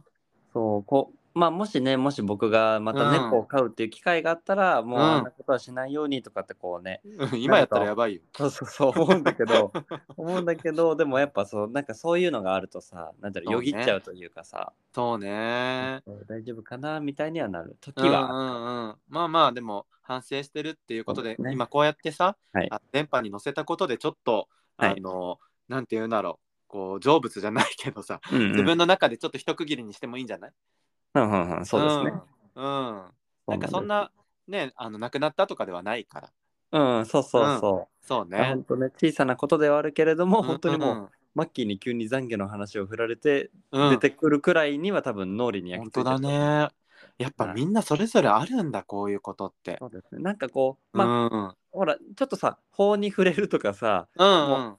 B: そうこうまあもしねもし僕がまた
C: うん
B: 猫を飼うっていう機会があったら、もう
C: うん
B: あんなことはしないようにとかってこうね、
C: うん今やったらやばいよ
B: そうそうそう思うんだけ ど思うんだけどでもやっぱそうなんかそういうのがあるとさなんだろう
C: そ
B: よ
C: う
B: ぎ
C: ね
B: っちゃうというかさ
C: そうね
B: そう大丈夫かなみたいにはなる時
C: うんうん
B: は、
C: うんまあまあでも反省してるっていうことで、
B: そうですね
C: 今こうやってさ、
B: はい
C: あ電波に乗せたことでちょっと、
B: はい
C: あのなんて言うんだろうこう成仏じゃないけどさ、
B: うんうん
C: 自分の中でちょっと一区切りにしてもいいんじゃない
B: うんうんうん、そうですね。
C: うん、うんなんかそんなねあの亡くなったとかではないから
B: うん、そうそうそ
C: そう
B: う。ほ
C: ね
B: んとね、小さなことではあるけれども、本当にもう、
C: んん
B: マッキーに急に懺悔の話を振られて、
C: うん、
B: 出てくるくらいには多分脳裏に焼き
C: 本
B: 付
C: 当
B: いて
C: だね
B: る。
C: やっぱみんなそれぞれあるんだこういうことって、
B: そうですね。なんかこう、まあ、
C: うん
B: ほら、ちょっとさ、法に触れるとかさ、
C: うんうん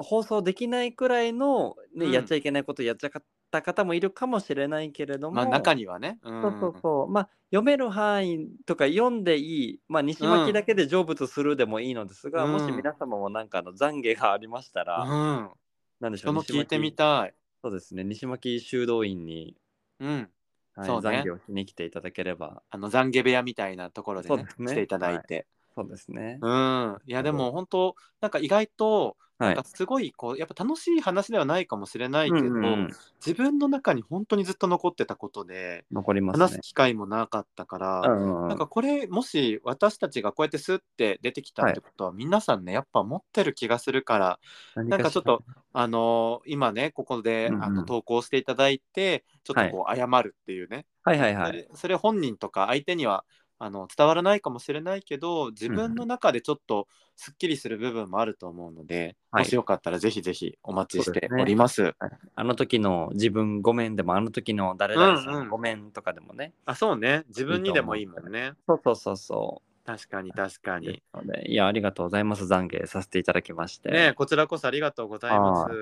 B: 放送できないくらいの、ね
C: うん
B: やっちゃいけないことやっちゃった方もいるかもしれないけれども、
C: まあ中にはね、うん、
B: そうそうそう、まあ、読める範囲とか読んでいい、まあ、西巻だけで成仏するでもいいのですが、
C: うん
B: もし皆様もなんかあの懺悔がありましたら、
C: うん、
B: なんでしょ
C: そうの聞いてみ
B: 西巻
C: たい
B: そうですね西巻修道院に、
C: うん
B: はい
C: そうね
B: 懺悔をしに来ていただければ
C: あの懺悔部屋みたいなところで
B: そう
C: ね
B: ですね
C: していただいて、
B: そうですね、
C: うんいやでも本当なんか意外と
B: は
C: ないんかすごいこうやっぱ楽しい話ではないかもしれないけど、
B: うんうんうん
C: 自分の中に本当にずっと残ってたことで
B: 残ります
C: 話す
B: ね
C: 機会もなかったから、
B: うんうんうん
C: なんかこれもし私たちがこうやってスッて出てきたってことは、皆さんねやっぱ持ってる気がするから
B: 何
C: なんか
B: し
C: ちょ
B: ら
C: っとあのー今ねここで、
B: うんうん
C: あの投稿していただいてちょっとこう謝るっていうね、
B: はいはいはい
C: それそれ本人とか相手にはあの伝わらないかもしれないけど自分の中でちょっとすっきりする部分もあると思うので、
B: はい
C: もしよかったらぜひぜひお待ちし
B: そうで
C: て
B: すね
C: おります。
B: あの時の自分ごめんでもあの時の誰々
C: う
B: さ
C: んうん
B: んごめんとかでもね、
C: あそうね自
B: 分にでもいいもん
C: ね。
B: そうそうそうそ
C: 確かに確か
B: うですのでいやありがとうございます懺悔させていただきまして
C: ねこちらこそありがとうございます。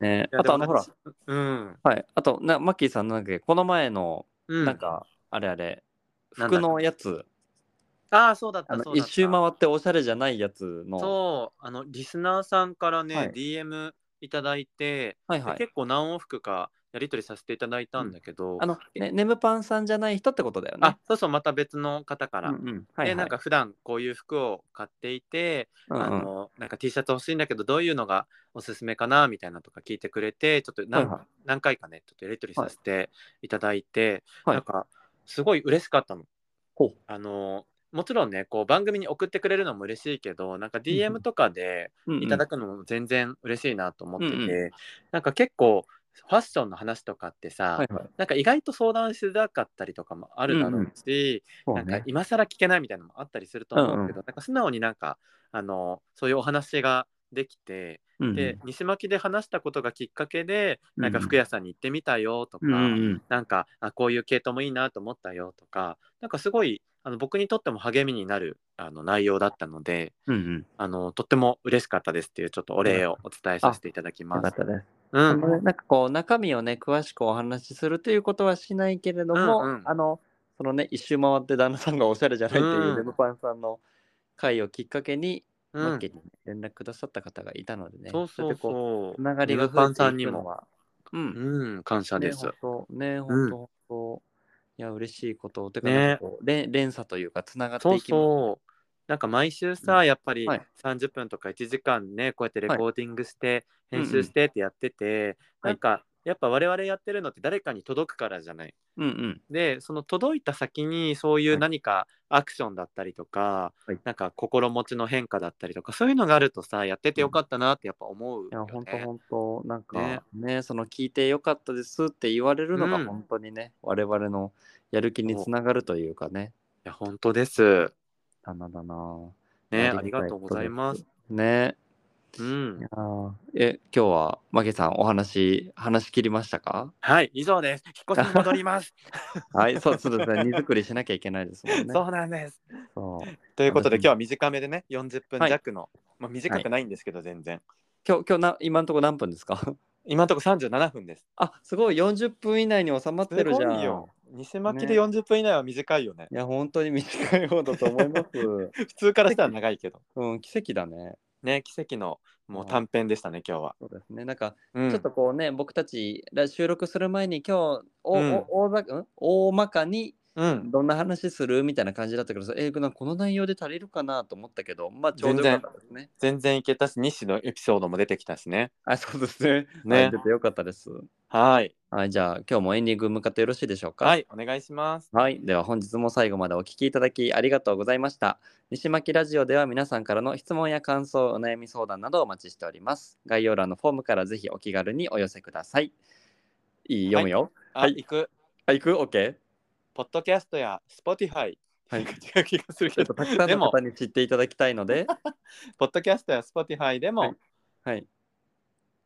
B: ね
C: いや
B: あとあのほら、
C: でもうん。
B: はい、あとなマッキーさんなんだっけこの前の
C: うん、
B: なんか、あれあれ
C: なんだ
B: 服のやつ
C: ああそうだっ
B: あ
C: た
B: の
C: そうだった
B: 一周回っておしゃれじゃないやつの
C: そうあのリスナーさんからね、
B: はい
C: DM いただいて、
B: はい
C: で
B: はい
C: 結構何往復かやり取りさせていただいたんだけど、
B: あの、ね、ネムパンさんじゃない人ってことだよね
C: あそうそうまた別の方から、
B: うんうんはいはい
C: でなんか普段こういう服を買っていて、
B: うんうん
C: あのなんか T シャツ欲しいんだけどどういうのがおすすめかなみたいなとか聞いてくれてちょっと
B: はい
C: 何,、
B: は
C: 何回かねちょっとやり取りさせていただいて、
B: はい
C: なんかすごい嬉しかったの。
B: ほう
C: あのもちろんねこう番組に送ってくれるのも嬉しいけどなんか
B: うんう
C: DM
B: ん
C: とかで
B: い
C: いただ
B: く
C: くのも全然嬉しいなと思ってて、
B: うんう
C: なんか結構ファッションの話とかってさ、
B: はいはい
C: なんか意外と相談しづらかったりとかもあるだろうし、
B: そう
C: なん
B: ね
C: か今更聞けないみたいなのもあったりすると思うけど、
B: うんうん
C: なんか素直になんかあのそういうお話ができて、
B: うんうん
C: で西巻で話したことがきっかけでなんか
B: うんうん
C: 服屋さんに行ってみたよとか、
B: うんうんうん
C: なんかあこういう系統もいいなと思ったよとかなんかすごいあの僕にとっても励みになるあの内容だったので
B: うんうん
C: あのとっても嬉しかったですっていうちょっとお礼をお伝えさせていただき
B: よ
C: ま
B: か
C: す
B: っ。たです
C: うん、
B: あのねなんかこう中身をね詳しくお話しするということはしないけれども、
C: うんうん
B: あのそのね一周回って旦那さんがおしゃれじゃないっていううんレムパンさんの回をきっかけに、
C: うん
B: マッケに連絡くださった方がいたのでね
C: そうそう
B: れでこ
C: そうう。
B: つながりが
C: ルパンさん
B: 増えて
C: に
B: いくの
C: も。
B: はうん、
C: うん、感謝
B: ね
C: です。
B: 本当ね
C: うん
B: 本当、本当いや嬉しいことてか
C: ね
B: なんかこう、連連鎖というかつながっ
C: そ
B: て
C: う
B: いきます
C: そう。なんか毎週さ、やっぱり
B: はい
C: 30分とか1時間ね、こうやってレコーディングして、
B: はい
C: 編集してってやってて、
B: うんうん
C: なんかやっぱ我々やってるのって誰かに届くからじゃない。
B: うんうん
C: で、その届いた先にそういう
B: はい
C: 何かアクションだったりとか、
B: はい
C: なんか心持ちの変化だったりとか、そういうのがあるとさ、やっててよかったなってやっぱ思う
B: いや、
C: よ、ね。
B: 本当本当なんか
C: ね
B: ねその聞いてよかったですって言われるの
C: う
B: が
C: ん
B: 本当にね、我々のやる気につながるというかね、
C: いや、本当です。
B: だなだな。
C: ね、
B: あ
C: あ
B: り
C: りが
B: がたい
C: とうございます。
B: ね
C: うん
B: いや。ーえ、今日は、マゲさん、お話、話し切りましたか
C: はい、以上です。引っ越しに戻ります。
B: はい、そうそうですね。荷造りしなきゃいけないですも んね。
C: そうなんです。
B: そう
C: ということで
B: 私
C: 今
B: も
C: 日は短めでね40分
B: はい
C: 弱の、まあ、短くないんですけど全然、
B: 今日、今日な、今のところ何分ですか
C: 今のところ37分です
B: あ、すごい、40分以内に収まってるじゃん。
C: 西巻で40分以内は短いよね
B: いや、本当に短い方だと思 います。
C: 普通からしたら長いけど
B: うん、奇跡だね。
C: ね奇跡のもう短編でしたね今日は、
B: そうですね。なんか、
C: うん
B: ちょっとこうね、僕たちら収録する前に今日お、
C: うん
B: お大ざん大まかに
C: うん
B: どんな話するみたいな感じだったけどさ、えーなんかこの内容で足りるかなと思ったけど、まあちょうどよかったですね。
C: 全然いけたし日誌のエピソードも出てきたしね
B: あ、そうですね。
C: ね
B: はい出てよかったです。
C: はい
B: はい、じゃあ今日もエンディング向かってよろしいでしょうか。
C: はいお願いします
B: はい。では本日も最後までお聞きいただきありがとうございました。西巻ラジオでは皆さんからの質問や感想、お悩み相談などをお待ちしております。概要欄のフォームからぜひお気軽にお寄せください。いい読むよ。
C: あ、
B: はい
C: 行く
B: あ、行く ?OK。
C: ポッドキャストや Spotify、
B: はい
C: なんか違う気がする
B: ちょ
C: け
B: っと
C: ど、
B: たくさん
C: で
B: の
C: も
B: 方に知っていただきたいので、
C: ポッドキャストや Spotify で
B: はい
C: も
B: はい、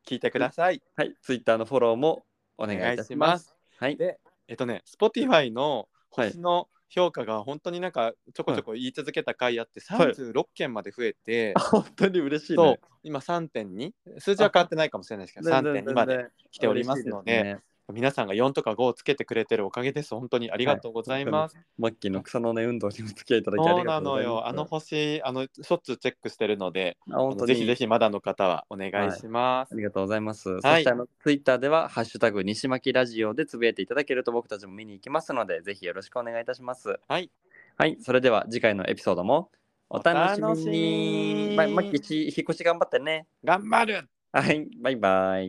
C: 聞いてください。
B: はい、ツイッターのフォローもお
C: お
B: 願
C: 願
B: いい
C: い
B: たし
C: し
B: ま。
C: ますす。
B: はい、
C: でえっとね、Spotify の
B: はい
C: 星の評価が本当になんかちょこちょこ言い続けた回あって
B: はい
C: 36件まで増えて、
B: あ本当に嬉しい
C: そ
B: ね
C: う。今3.2数字は変わってないかもしれないですけど
B: 全然全
C: 3.2
B: 然
C: まで来ておりますので
B: 嬉しいすね
C: 皆さんが4とか5をつけてくれてるおかげです本当にありがとうございます、
B: マッキーの草の根運動にも付き合いいただきあ
C: そう
B: りが
C: な
B: とうご
C: の
B: ざいます。
C: よあの星あのしょっちゅうチェックしてるので
B: あ本当
C: ぜ
B: に
C: ひぜひまだの方はお願いします
B: あ、りがとうございます。
C: い
B: そしてあのツイッターではハッシュタグ西巻ラジオでつぶやいていただけると僕たちも見に行きますのでぜひよろしくお願いいたします。
C: はい。
B: はい、それでは次回のエピソードもお楽しみ
C: お楽しみ
B: に。
C: に
B: まマッキーし引っ越し頑張ってね。
C: 頑張る
B: はい、バイバイ。